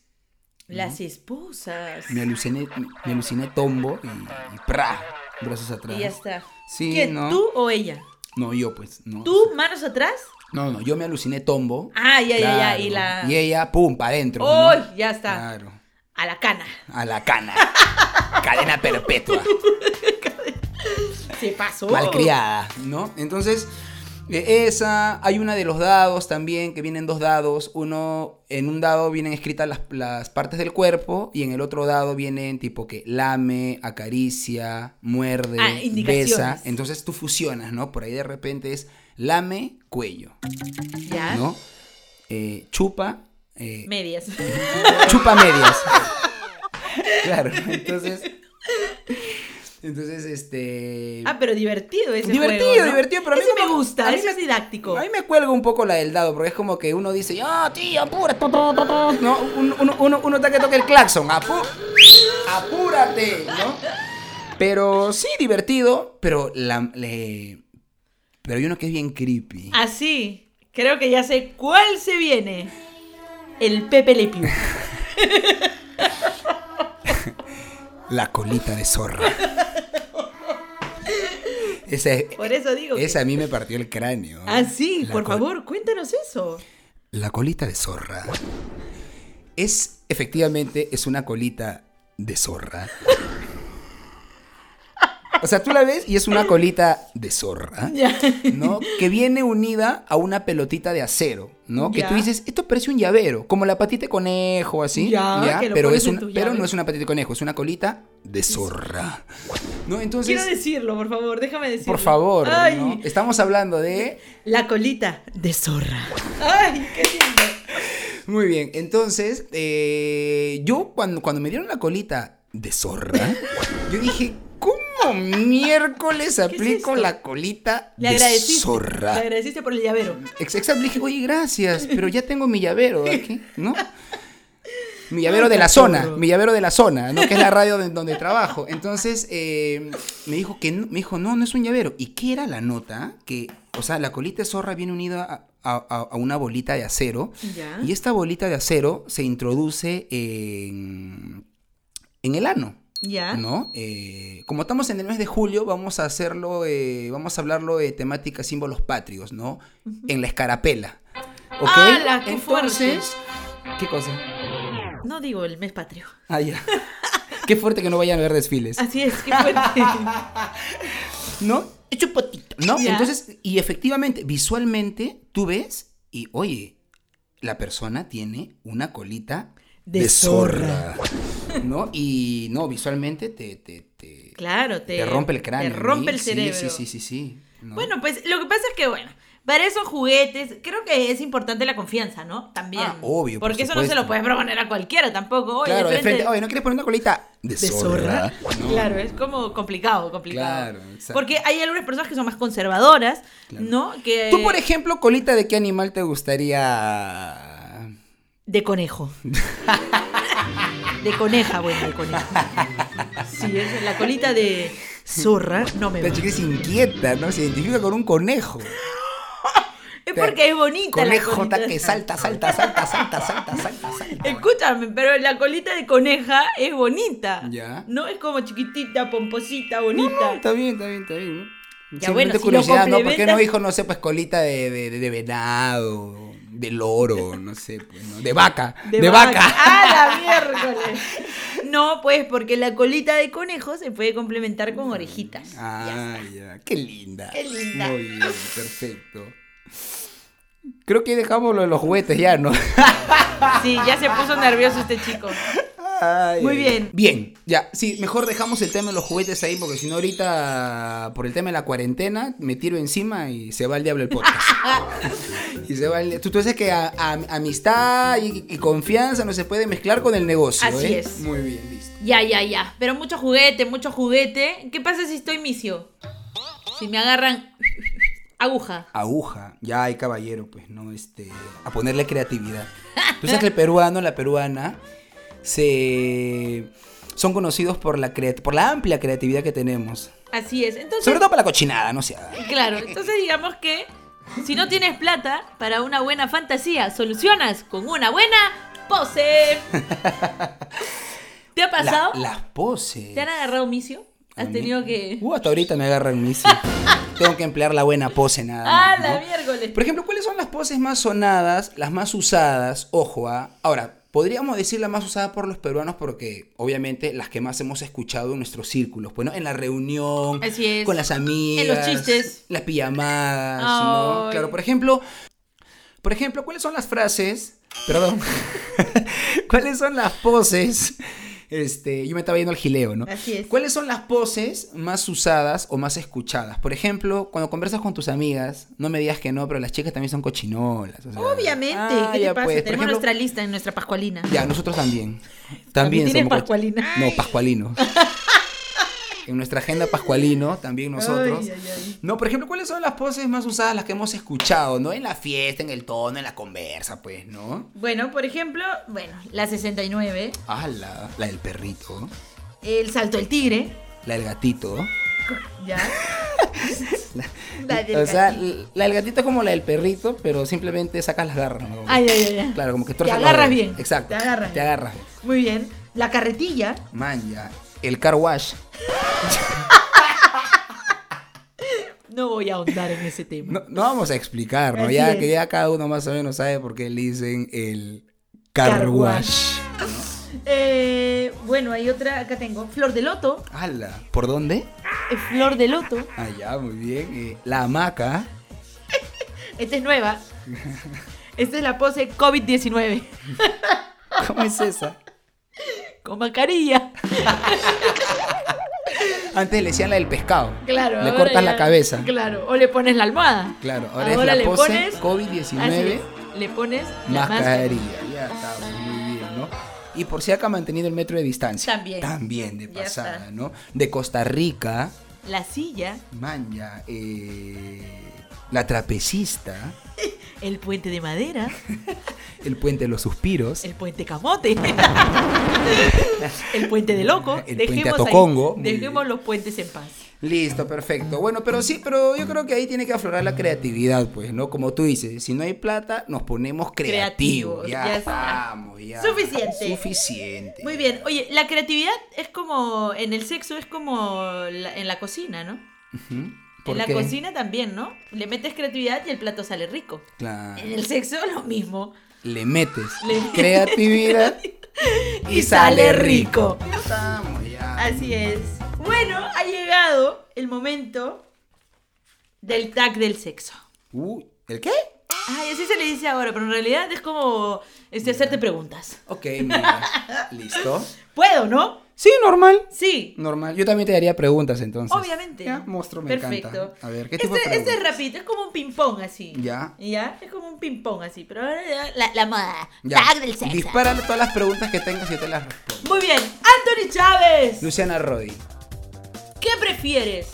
S1: Las esposas.
S2: Me aluciné, me aluciné tombo y, y pra, brazos atrás.
S1: Y ya está.
S2: Sí,
S1: ¿Quién?
S2: no.
S1: ¿Tú o ella?
S2: No, yo pues, no.
S1: ¿Tú, manos atrás?
S2: No, no, yo me aluciné tombo.
S1: Ah, ya, ya, ya.
S2: Claro.
S1: Y la...
S2: Y ella, pum, para adentro. ¿no?
S1: ¡Uy! Ya está.
S2: Claro.
S1: A la cana.
S2: A la cana. Cadena perpetua.
S1: Se pasó.
S2: Malcriada, ¿no? Oh. Entonces, Eh, Esa, hay una de los dados también, que vienen dos dados. Uno, en un dado vienen escritas las, las partes del cuerpo y en el otro dado vienen tipo que lame, acaricia, muerde,
S1: Ah, indicaciones.
S2: besa. Entonces tú fusionas, ¿no? Por ahí de repente es lame, cuello,
S1: ¿Ya?
S2: ¿no? Eh, chupa, eh,
S1: Medias.
S2: chupa medias. claro, entonces... Entonces, este...
S1: Ah, pero divertido ese
S2: Divertido,
S1: juego, ¿no?
S2: divertido, pero a mí
S1: Ese
S2: como-
S1: me gusta,
S2: a mí
S1: ese
S2: me-
S1: es didáctico.
S2: A mí me cuelga un poco la del dado, porque es como que uno dice, ¡ah, tío, apura! tu, tu, tu, tu", ¿no? Uno, uno, uno, uno está que toca el claxon, "Apu- apúrate, ¿no? Pero sí, divertido, pero la, le- Pero hay uno que es bien creepy.
S1: Ah. Así, creo que ya sé cuál se viene. El Pepe Le Pew.
S2: La colita de zorra. Ese,
S1: Por eso digo. que-
S2: ese a mí me partió el cráneo.
S1: Ah, sí,
S2: La
S1: por
S2: col-
S1: favor, cuéntanos eso.
S2: La colita de zorra es efectivamente es una colita de zorra. O sea, tú la ves y es una colita de zorra,
S1: Ya.
S2: ¿no? Que viene unida a una pelotita de acero, ¿no? Que tú
S1: Ya.
S2: dices, esto parece un llavero, como la patita de conejo, así.
S1: Ya, que lo
S2: pero,
S1: pones
S2: es
S1: en
S2: una-
S1: tu
S2: pero
S1: llave.
S2: no es una patita de conejo, es una colita de zorra. ¿No? Entonces,
S1: Quiero decirlo, por favor, déjame decirlo.
S2: por favor,
S1: Ay,
S2: ¿no? estamos hablando de
S1: la colita de zorra. Ay, qué lindo.
S2: Muy bien, entonces, eh, yo cuando, cuando me dieron la colita de zorra, yo dije, ¿cómo miércoles
S1: es
S2: aplico
S1: esto?
S2: la colita
S1: Le
S2: de
S1: agradeciste. Le
S2: zorra?
S1: agradeciste por el llavero.
S2: Ex- Exacto, le dije, oye, gracias, pero ya tengo mi llavero aquí, ¿no? Mi llavero de la zona,
S1: cachorro.
S2: mi llavero de la zona, ¿no? Que es la radio de- donde trabajo. Entonces, eh, me dijo que, no- me dijo, no, no es un llavero. ¿Y qué era la nota? Que, o sea, la colita de zorra viene unida a, a- a- a una bolita de acero.
S1: Ya.
S2: Y esta bolita de acero se introduce en, en el ano,
S1: Ya.
S2: ¿no? Eh, como estamos en el mes de julio, vamos a hacerlo, eh, vamos a hablarlo de temática símbolos patrios, ¿no? En la escarapela. ¿Ok?
S1: ¡Hala, qué
S2: Entonces, ¿qué cosa?
S1: No digo el mes patrio.
S2: Ah, ya. qué fuerte que no vayan a ver desfiles.
S1: Así es, qué fuerte.
S2: ¿No? Hecho potito. ¿No?
S1: Ya.
S2: Entonces, y efectivamente, visualmente, tú ves y, oye, la persona tiene una colita
S1: De
S2: de, zorra. ¿No? Y no, visualmente te, te, te,
S1: Claro, te,
S2: te rompe el cráneo.
S1: Te rompe
S2: ¿sí?
S1: el cerebro.
S2: Sí, sí, sí, sí. sí, ¿no?
S1: Bueno, pues lo que pasa es que, bueno, para esos juguetes, creo que es importante la confianza, ¿no? También.
S2: Ah, obvio, por
S1: Porque eso no se
S2: supuesto.
S1: lo puedes proponer a cualquiera tampoco. Oye,
S2: claro,
S1: de frente,
S2: oye, ¿no quieres poner una colita de,
S1: de
S2: zorra?
S1: zorra.
S2: ¿No?
S1: Claro, es como complicado, complicado.
S2: Claro, exacto.
S1: Porque eh, hay algunas personas que son más conservadoras,
S2: Claro.
S1: ¿no? Que
S2: Tú, por ejemplo, colita de qué animal te gustaría.
S1: de conejo. de coneja, bueno, de conejo. Sí, es la colita de zorra, no me va.
S2: La chica es inquieta, ¿no? Se identifica con un conejo.
S1: Es porque es bonita la
S2: Conejo
S1: colita.
S2: ta que salta, salta, salta, salta, salta, salta, salta.
S1: Escúchame, pero la colita de coneja es bonita.
S2: Ya.
S1: No es como chiquitita, pomposita, bonita.
S2: Está bien, está bien, está bien. ¿no?
S1: Ya,
S2: Simplemente
S1: bueno, si lo
S2: curiosidad, ¿no? ¿Por qué no
S1: complementas-
S2: dijo, no sé, pues colita de, de, de- de venado, de loro, no sé, pues, ¿no? de vaca, de, vaca.
S1: ¡Ah, la miércoles! No, pues, porque la colita de conejo se puede complementar con orejitas.
S2: Ah, ya, qué linda.
S1: Qué linda.
S2: Muy bien, perfecto. Creo que dejamos lo de los juguetes ya, ¿no? Ah.
S1: Sí, ya se puso nervioso este chico.
S2: Ay,
S1: Muy
S2: ay,
S1: bien.
S2: ay. Bien, ya, sí, mejor dejamos el tema de los juguetes ahí porque si no ahorita por el tema de la cuarentena me tiro encima y se va el diablo el podcast. y se va el- tú, tú dices que a- a- amistad y, y confianza no se puede mezclar con el negocio,
S1: Así
S2: ¿eh?
S1: es.
S2: Muy bien, listo.
S1: Ya, ya, ya. Pero mucho juguete, mucho juguete. ¿Qué pasa si estoy misio? Si me agarran aguja.
S2: Aguja, ya hay caballero, pues, no, este, a ponerle creatividad. Tú sabes que el peruano, la peruana, se son conocidos por la creat- por la amplia creatividad que tenemos,
S1: Así es. Entonces,
S2: sobre todo para la cochinada, no sea.
S1: Claro, entonces digamos que si no tienes plata para una buena fantasía, solucionas con una buena pose. ¿Te ha
S2: La-
S1: pasado?
S2: las poses.
S1: ¿Te han agarrado misio?
S2: A
S1: ¿Has
S2: mí-
S1: tenido que.?
S2: Uh, hasta ahorita me agarran misil. Tengo que emplear la buena pose nada
S1: ¡Ah,
S2: más.
S1: la
S2: ¿no?
S1: miércoles!
S2: Por ejemplo, ¿cuáles son las poses más sonadas, las más usadas? Ojo, ah. ahora, podríamos decir la más usada por los peruanos porque obviamente las que más hemos escuchado en nuestros círculos, bueno, en la reunión,
S1: Así es.
S2: con las amigas,
S1: En los chistes.
S2: las pijamadas, ¿no?
S1: Ay.
S2: Claro, por ejemplo, por ejemplo, ¿cuáles son las frases? Perdón. ¿Cuáles son las poses? Este, yo me estaba yendo al gileo, ¿no?
S1: Así es.
S2: ¿Cuáles son las poses más usadas o más escuchadas? Por ejemplo, cuando conversas con tus amigas, no me digas que no, pero las chicas también son cochinolas. o sea,
S1: Obviamente,
S2: ah,
S1: ¿qué te
S2: ya
S1: pasa?
S2: pues, por
S1: Tenemos
S2: ejemplo,
S1: nuestra lista en nuestra Pascualina.
S2: Ya, nosotros también. También
S1: tienes
S2: somos cochi-
S1: pascualina.
S2: No, pascualino. en nuestra agenda pascualino, también nosotros.
S1: Ay, ay, ay.
S2: No, por ejemplo, ¿cuáles son las poses más usadas, las que hemos escuchado, no? En la fiesta, en el tono, en la conversa, pues, ¿no?
S1: Bueno, por ejemplo, bueno, la 69,
S2: Ah, la, la del perrito,
S1: el salto del tigre,
S2: la del gatito.
S1: ya. La del
S2: O sea,
S1: gatito.
S2: la del gatito es como la del perrito, pero simplemente sacas las garras, ¿no?
S1: Ay, ay, ay, ay.
S2: Claro, como que tuerces
S1: Te
S2: los
S1: agarras
S2: dedos.
S1: bien.
S2: Exacto.
S1: Te agarras
S2: Te
S1: bien.
S2: agarras.
S1: Muy bien. La carretilla,
S2: Man, ya. El car wash.
S1: no voy a ahondar en ese tema.
S2: No, no vamos a explicar, ¿no?
S1: Así
S2: Ya
S1: es.
S2: que ya cada uno más o menos sabe por qué le dicen el car wash.
S1: Eh, bueno, hay otra, acá tengo, flor de loto,
S2: Ala, ¿por dónde?
S1: eh, flor de loto,
S2: Ah, ya, muy bien. Eh, la hamaca.
S1: esta es nueva. Esta es la pose COVID-19,
S2: ¿Cómo es esa?
S1: con mascarilla.
S2: Antes le decían la del pescado.
S1: Claro.
S2: Le
S1: ahora
S2: cortas
S1: ya-
S2: la cabeza.
S1: Claro, o le pones la almohada.
S2: Claro, ahora, es
S1: le
S2: la pose
S1: pones- Así
S2: COVID-19
S1: es, Le pones la máscara.
S2: mascarilla. Ya está, pues, muy bien, ¿no? Y por si acá mantenido el metro de distancia.
S1: También.
S2: También, de
S1: Ya
S2: pasada,
S1: está.
S2: ¿no? De Costa Rica,
S1: La silla,
S2: Manja, eh, la trapecista,
S1: el puente de madera,
S2: el puente de los suspiros.
S1: el puente camote, el puente de loco.
S2: El puente
S1: Dejemos
S2: a
S1: ahí-
S2: Tocongo. Muy
S1: Dejemos los puentes en paz.
S2: Listo, perfecto. Bueno, pero sí, pero yo creo que ahí tiene que aflorar la creatividad, pues, ¿no? Como tú dices, si no hay plata, nos ponemos creativos.
S1: Creativos,
S2: ya,
S1: ya está.
S2: estamos, ya.
S1: Suficiente.
S2: Suficiente.
S1: Muy bien. Oye, la creatividad es como, en el sexo es como la- en la cocina, ¿no?
S2: Ujú.
S1: En
S2: ¿Por
S1: la
S2: qué?
S1: cocina también, ¿no? Le metes creatividad y el plato sale rico.
S2: Claro.
S1: En el sexo lo mismo.
S2: Le metes
S1: Le metes
S2: creatividad
S1: Y sale rico.
S2: Ya estamos, ya.
S1: Así es. Bueno, ha llegado el momento del tag del sexo.
S2: Uy, Uh, ¿el qué?
S1: Ay, así se le dice ahora, pero en realidad es como este, hacerte preguntas.
S2: Ok, mira. Listo.
S1: ¿Puedo, no?
S2: Sí, normal.
S1: Sí,
S2: Normal. Yo también te daría preguntas entonces.
S1: obviamente.
S2: Ya, monstruo, me
S1: Perfecto.
S2: encanta. A ver, ¿qué tipo
S1: este,
S2: de
S1: este
S2: preguntas?
S1: es rapidito, es como un ping-pong así.
S2: Ya.
S1: Ya, es como un ping-pong así, pero ahora ya la, la moda.
S2: Ya.
S1: Tag del sexo.
S2: Dispárale todas las preguntas que tengas y yo te las respondo.
S1: Muy bien, Anthony Chávez.
S2: Luciana Rodi.
S1: ¿Qué prefieres?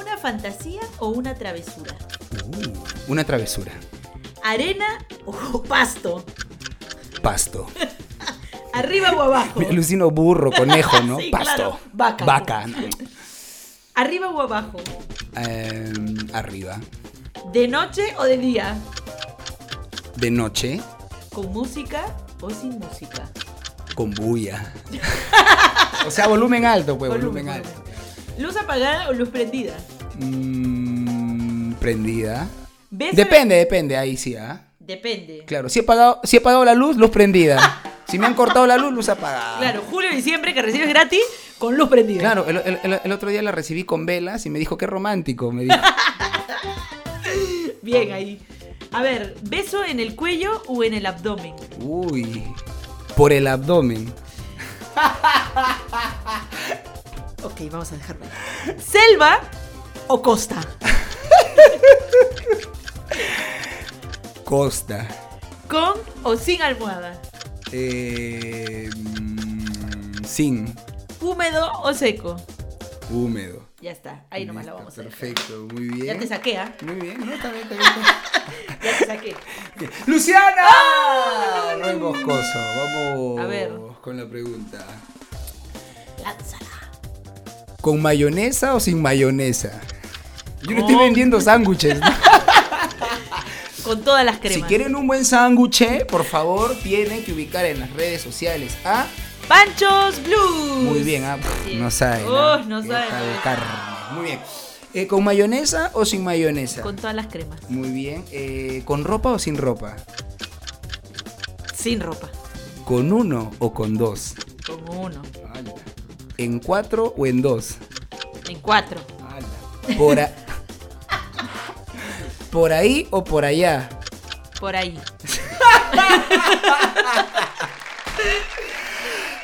S1: ¿Una fantasía o una travesura?
S2: Uh, Una travesura.
S1: ¿Arena o pasto?
S2: Pasto.
S1: ¿Arriba o abajo?
S2: Me alucino burro, conejo, ¿no?
S1: Sí,
S2: Pasto.
S1: claro. Vaca.
S2: Vaca. ¿no?
S1: ¿Arriba o abajo?
S2: Em, arriba.
S1: ¿De noche o de día?
S2: De noche,
S1: ¿Con música o sin música?
S2: con bulla. o sea, volumen alto, pues, volumen,
S1: Volumen,
S2: alto.
S1: volumen. ¿Luz apagada o luz prendida?
S2: Mm, prendida.
S1: ¿Beso-
S2: Depende, depende, ahí sí, ¿ah?
S1: Depende.
S2: Claro, si he, pagado, si he pagado la luz, luz prendida. Si me han cortado la luz, luz apagada.
S1: Claro, julio y diciembre que recibes gratis con luz prendida.
S2: Ah. Claro, el, el- el- el otro día la recibí con velas y me dijo, qué romántico, me dijo.
S1: Bien ahí. A ver, ¿beso en el cuello o en el abdomen?
S2: Uy, por el abdomen.
S1: Ok, vamos a dejarlo. ahí. ¿Selva o costa?
S2: Costa.
S1: ¿Con o sin almohada?
S2: Eh, mm, sin
S1: ¿Húmedo o seco?
S2: húmedo.
S1: Ya está, ahí nomás la
S2: Listo,
S1: vamos a dejar.
S2: Perfecto, muy bien.
S1: Ya te saqué, ¿ah?
S2: Muy bien, no, está bien, está bien, está
S1: Ya te saqué.
S2: bien. ¡Luciana! No es boscoso, vamos
S1: A ver.
S2: con la pregunta.
S1: Lánzala.
S2: ¿Con mayonesa o sin mayonesa? Yo no estoy
S1: Con-
S2: vendiendo sándwiches. ¿no?
S1: Con todas las
S2: Si
S1: cremas.
S2: quieren un buen sándwich, por favor, tienen que ubicar en las redes sociales a...
S1: Panchos Blues.
S2: Muy bien, ah, pff,
S1: Así es.
S2: no saben.
S1: Oh,
S2: ah,
S1: no
S2: qué
S1: saben.
S2: tal carne. Muy bien. Eh, ¿Con mayonesa o sin mayonesa?
S1: Con todas las cremas.
S2: Muy bien. Eh, ¿Con ropa o sin ropa?
S1: Sin ropa.
S2: ¿Con uno o con dos?
S1: Con uno.
S2: ¿En cuatro o en dos?
S1: En cuatro.
S2: Por, a- por ahí o por allá.
S1: Por ahí.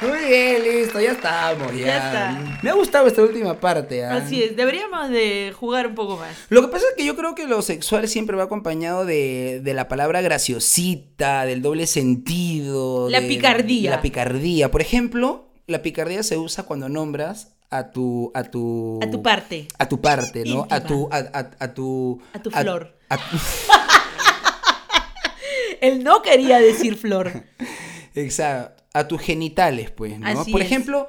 S2: Muy bien, listo, ya estamos. Ya,
S1: está.
S2: Me ha gustado esta última parte. ¿ah?
S1: Así es, deberíamos de jugar un poco más.
S2: Lo que pasa es que yo creo que lo sexual siempre va acompañado de, de la palabra graciosita, del doble sentido.
S1: La
S2: de-
S1: picardía.
S2: La picardía. Por ejemplo, la picardía se usa cuando nombras a tu. A tu,
S1: A tu parte.
S2: A tu parte, ¿no? A
S1: Íntima.
S2: tu, a, a- a tu.
S1: A tu flor.
S2: a tu-
S1: Él no quería decir flor.
S2: Exacto. A tus genitales, pues, ¿no?
S1: Así
S2: Por
S1: es.
S2: ejemplo,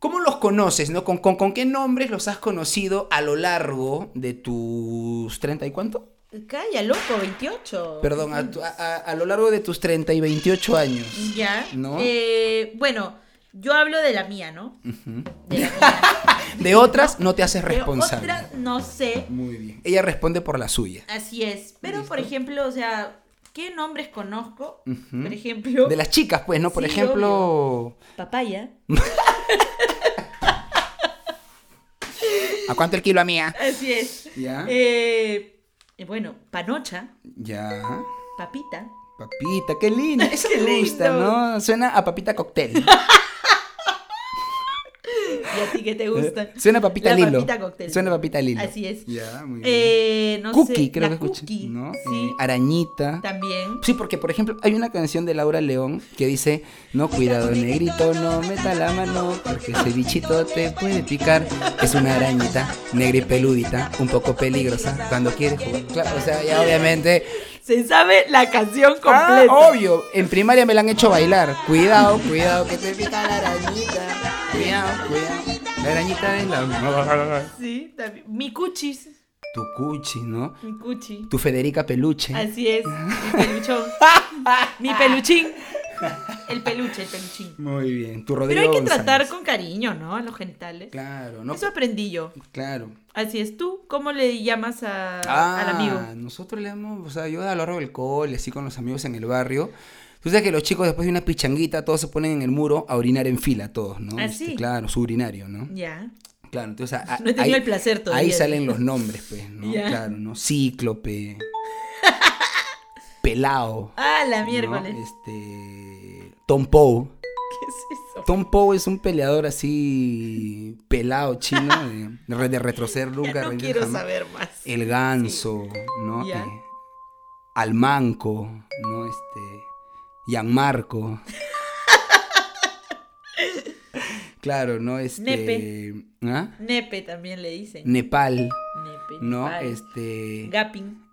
S2: ¿cómo los conoces, no? ¿Con, con, con qué nombres los has conocido a lo largo de tus 30 y cuánto?
S1: Calla, loco, 28.
S2: Perdón, a, tu- a- a- a lo largo de tus 30 y 28 años.
S1: Ya.
S2: ¿No? Mm.
S1: Eh, bueno, yo hablo de la mía, ¿no?
S2: Ujú.
S1: De la mía.
S2: De otras no te haces
S1: Pero
S2: responsable.
S1: otra, no sé.
S2: Muy bien. Ella responde por la suya.
S1: Así es. Pero, por
S2: Listo.
S1: ejemplo, o sea, ¿qué nombres conozco?
S2: Ujú.
S1: Por ejemplo,
S2: De las chicas, pues, ¿no? Por
S1: Sí,
S2: ejemplo,
S1: papaya.
S2: ¿a cuánto el kilo a mía?
S1: Así es.
S2: Ya.
S1: Eh, bueno, panocha,
S2: Ya.
S1: papita.
S2: Papita, qué linda. Eso
S1: Qué
S2: me gusta,
S1: lindo.
S2: ¿no? Suena a papita cóctel.
S1: ¿Y a ti qué te gusta?
S2: Eh, Suena a papita
S1: La
S2: lilo.
S1: papita cóctel.
S2: Suena a papita lilo.
S1: Así es.
S2: Ya, muy bien.
S1: Eh, no
S2: cookie,
S1: sé, la
S2: creo que escuché.
S1: cookie,
S2: ¿no? Eh,
S1: Sí,
S2: arañita.
S1: también.
S2: Sí, porque por ejemplo hay una canción de Laura León que dice, no cuidado negrito, no meta la mano, porque ese bichito te puede picar. Es una arañita, negra y peludita, un poco peligrosa, cuando quiere jugar. Claro, o sea, ya obviamente...
S1: Se sabe la canción
S2: Ah,
S1: completa.
S2: obvio, en primaria me la han hecho bailar. Cuidado, cuidado, que te pica la arañita. Cuidado, cuidado. La arañita de la...
S1: Sí, también. Mi cuchis.
S2: Tu cuchi, ¿no?
S1: Mi cuchi.
S2: Tu Federica Peluche.
S1: Así es. Mi peluchón. mi peluchín. El peluche, el peluchín.
S2: Muy bien. Tu
S1: Pero
S2: Rodrigo
S1: hay que
S2: González.
S1: tratar con cariño, ¿no? A los genitales.
S2: Claro, no.
S1: Eso aprendí yo.
S2: Claro.
S1: Así es. ¿Tú cómo le llamas a,
S2: Ah.
S1: al amigo?
S2: Nosotros le damos, o sea, yo a lo largo del cole, así con los amigos en el barrio. Tú sabes que los chicos después de una pichanguita, todos se ponen en el muro a orinar en fila, todos, ¿no?
S1: ¿Ah,
S2: Este,
S1: sí?
S2: claro, su urinario, ¿no?
S1: Ya.
S2: Claro, entonces a-
S1: No he tenido el placer todavía.
S2: Ahí salen los nombres, pues, ¿no?
S1: Ya.
S2: Claro, ¿no? Cíclope. pelao.
S1: Ah, la
S2: ¿no?
S1: miércoles.
S2: Este. Tom Poe.
S1: ¿Qué es eso?
S2: Tom Poe es un peleador así pelado chino de, de- de retroceder nunca.
S1: Ya no
S2: rendirse
S1: quiero
S2: jamás.
S1: saber más.
S2: El ganso, ¿no?
S1: Ya.
S2: Eh, Almanco, ¿no? Este. Gianmarco. claro, ¿no? Este.
S1: Nepe.
S2: ¿ah?
S1: Nepe también le dicen.
S2: Nepal,
S1: Nepe.
S2: ¿no?
S1: Nepal.
S2: Este.
S1: Gaping.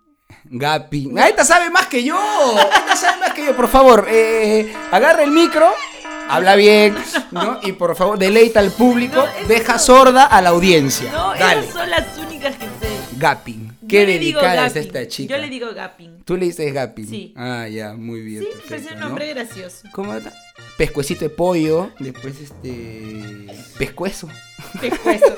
S2: Gapi. ¡Ah, esta sabe más que yo! Esta sabe más que yo. Por favor, eh, agarra el micro, habla bien, ¿no? Y por favor, deleita al público,
S1: No, eso
S2: deja
S1: no.
S2: sorda a la audiencia.
S1: No,
S2: Dale.
S1: esas son las únicas que sé.
S2: Gapping.
S1: Yo
S2: Qué
S1: le digo
S2: dedicada es
S1: gapping.
S2: esta chica.
S1: Yo le digo gapping.
S2: Tú le dices Gapping.
S1: Sí.
S2: Ah, ya, muy bien.
S1: Sí, me
S2: perfecto,
S1: parece un
S2: ¿no?
S1: nombre gracioso.
S2: ¿Cómo era? Pescuecito de pollo. Después este. Pescuezo.
S1: Pescuezo.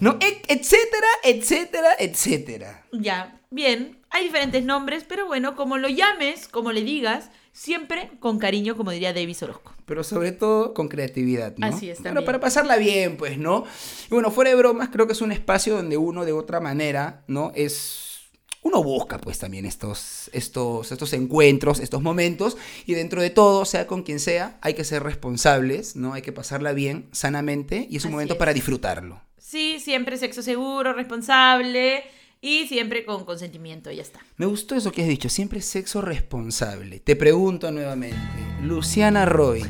S2: No, et- etcétera, etcétera, etcétera.
S1: ya, bien. Hay diferentes nombres, pero bueno, como lo llames, como le digas, siempre con cariño, como diría Davis Orozco.
S2: Pero sobre todo con creatividad, ¿no?
S1: Así es,
S2: Bueno,
S1: también.
S2: para pasarla bien, pues, ¿no? Y bueno, fuera de bromas, creo que es un espacio donde uno de otra manera, ¿no? Es... Uno busca, pues, también estos, estos, estos encuentros, estos momentos. Y dentro de todo, sea con quien sea, hay que ser responsables, ¿no? Hay que pasarla bien, sanamente. Y es un
S1: Así
S2: momento
S1: es.
S2: para disfrutarlo.
S1: Sí, siempre sexo seguro, responsable y siempre con consentimiento, ya está.
S2: Me gustó eso que has dicho, siempre sexo responsable. Te pregunto nuevamente, Luciana Roy,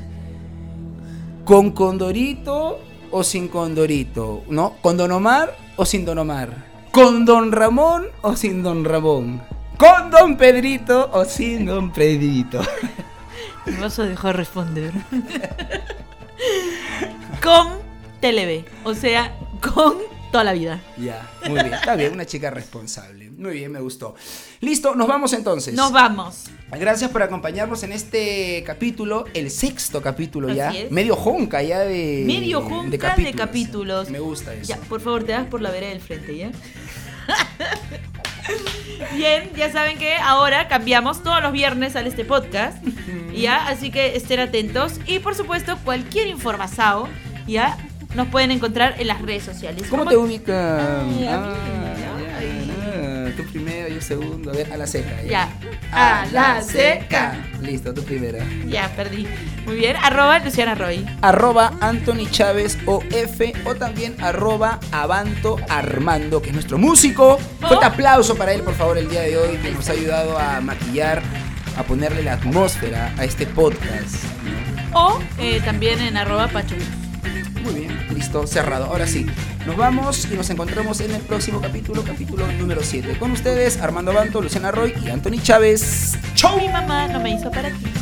S2: ¿con condorito o sin condorito? ¿No? ¿Con Don Omar o sin Don Omar? ¿Con Don Ramón o sin Don Ramón? ¿Con Don Pedrito o sin Don Pedrito?
S1: Me vas a dejar responder. con TLB, o sea, con toda la vida.
S2: Ya, muy bien, está bien, una chica responsable. Muy bien, me gustó. Listo, nos vamos entonces.
S1: Nos vamos.
S2: Gracias por acompañarnos en este capítulo, el sexto capítulo ya.
S1: Así es.
S2: Medio jonca ya de.
S1: Medio jonca de
S2: capítulos.
S1: capítulos.
S2: Me gusta eso.
S1: Ya, por favor, te das por la vereda del frente, ¿ya? Bien, ya saben que ahora cambiamos todos los viernes al este podcast. Y ¿ya? Así que estén atentos. Y por supuesto, cualquier información, ¿ya? Nos pueden encontrar en las redes sociales.
S2: ¿Cómo
S1: Como-
S2: te ubican?
S1: Ay,
S2: Ah,
S1: amiga,
S2: ya,
S1: ay.
S2: ya. Tú primero, yo segundo. A ver, a la seca.
S1: Ya. A la
S2: Listo, tú primero.
S1: Ya, perdí. Muy bien, arroba Luciana Roy.
S2: Arroba Anthony Chávez OF o también arroba Avanto Armando, que es nuestro músico. Fuerte aplauso para él, por favor, el día de hoy, que nos ha ayudado a maquillar, a ponerle la atmósfera a este podcast.
S1: O eh, también en arroba Pachuchos.
S2: Muy bien, listo, cerrado. Ahora sí, nos vamos y nos encontramos en el próximo capítulo, capítulo número 7. Con ustedes, Armando Banto, Luciana Roy y Anthony Chávez.
S1: ¡Chau! Mi mamá no me hizo para ti.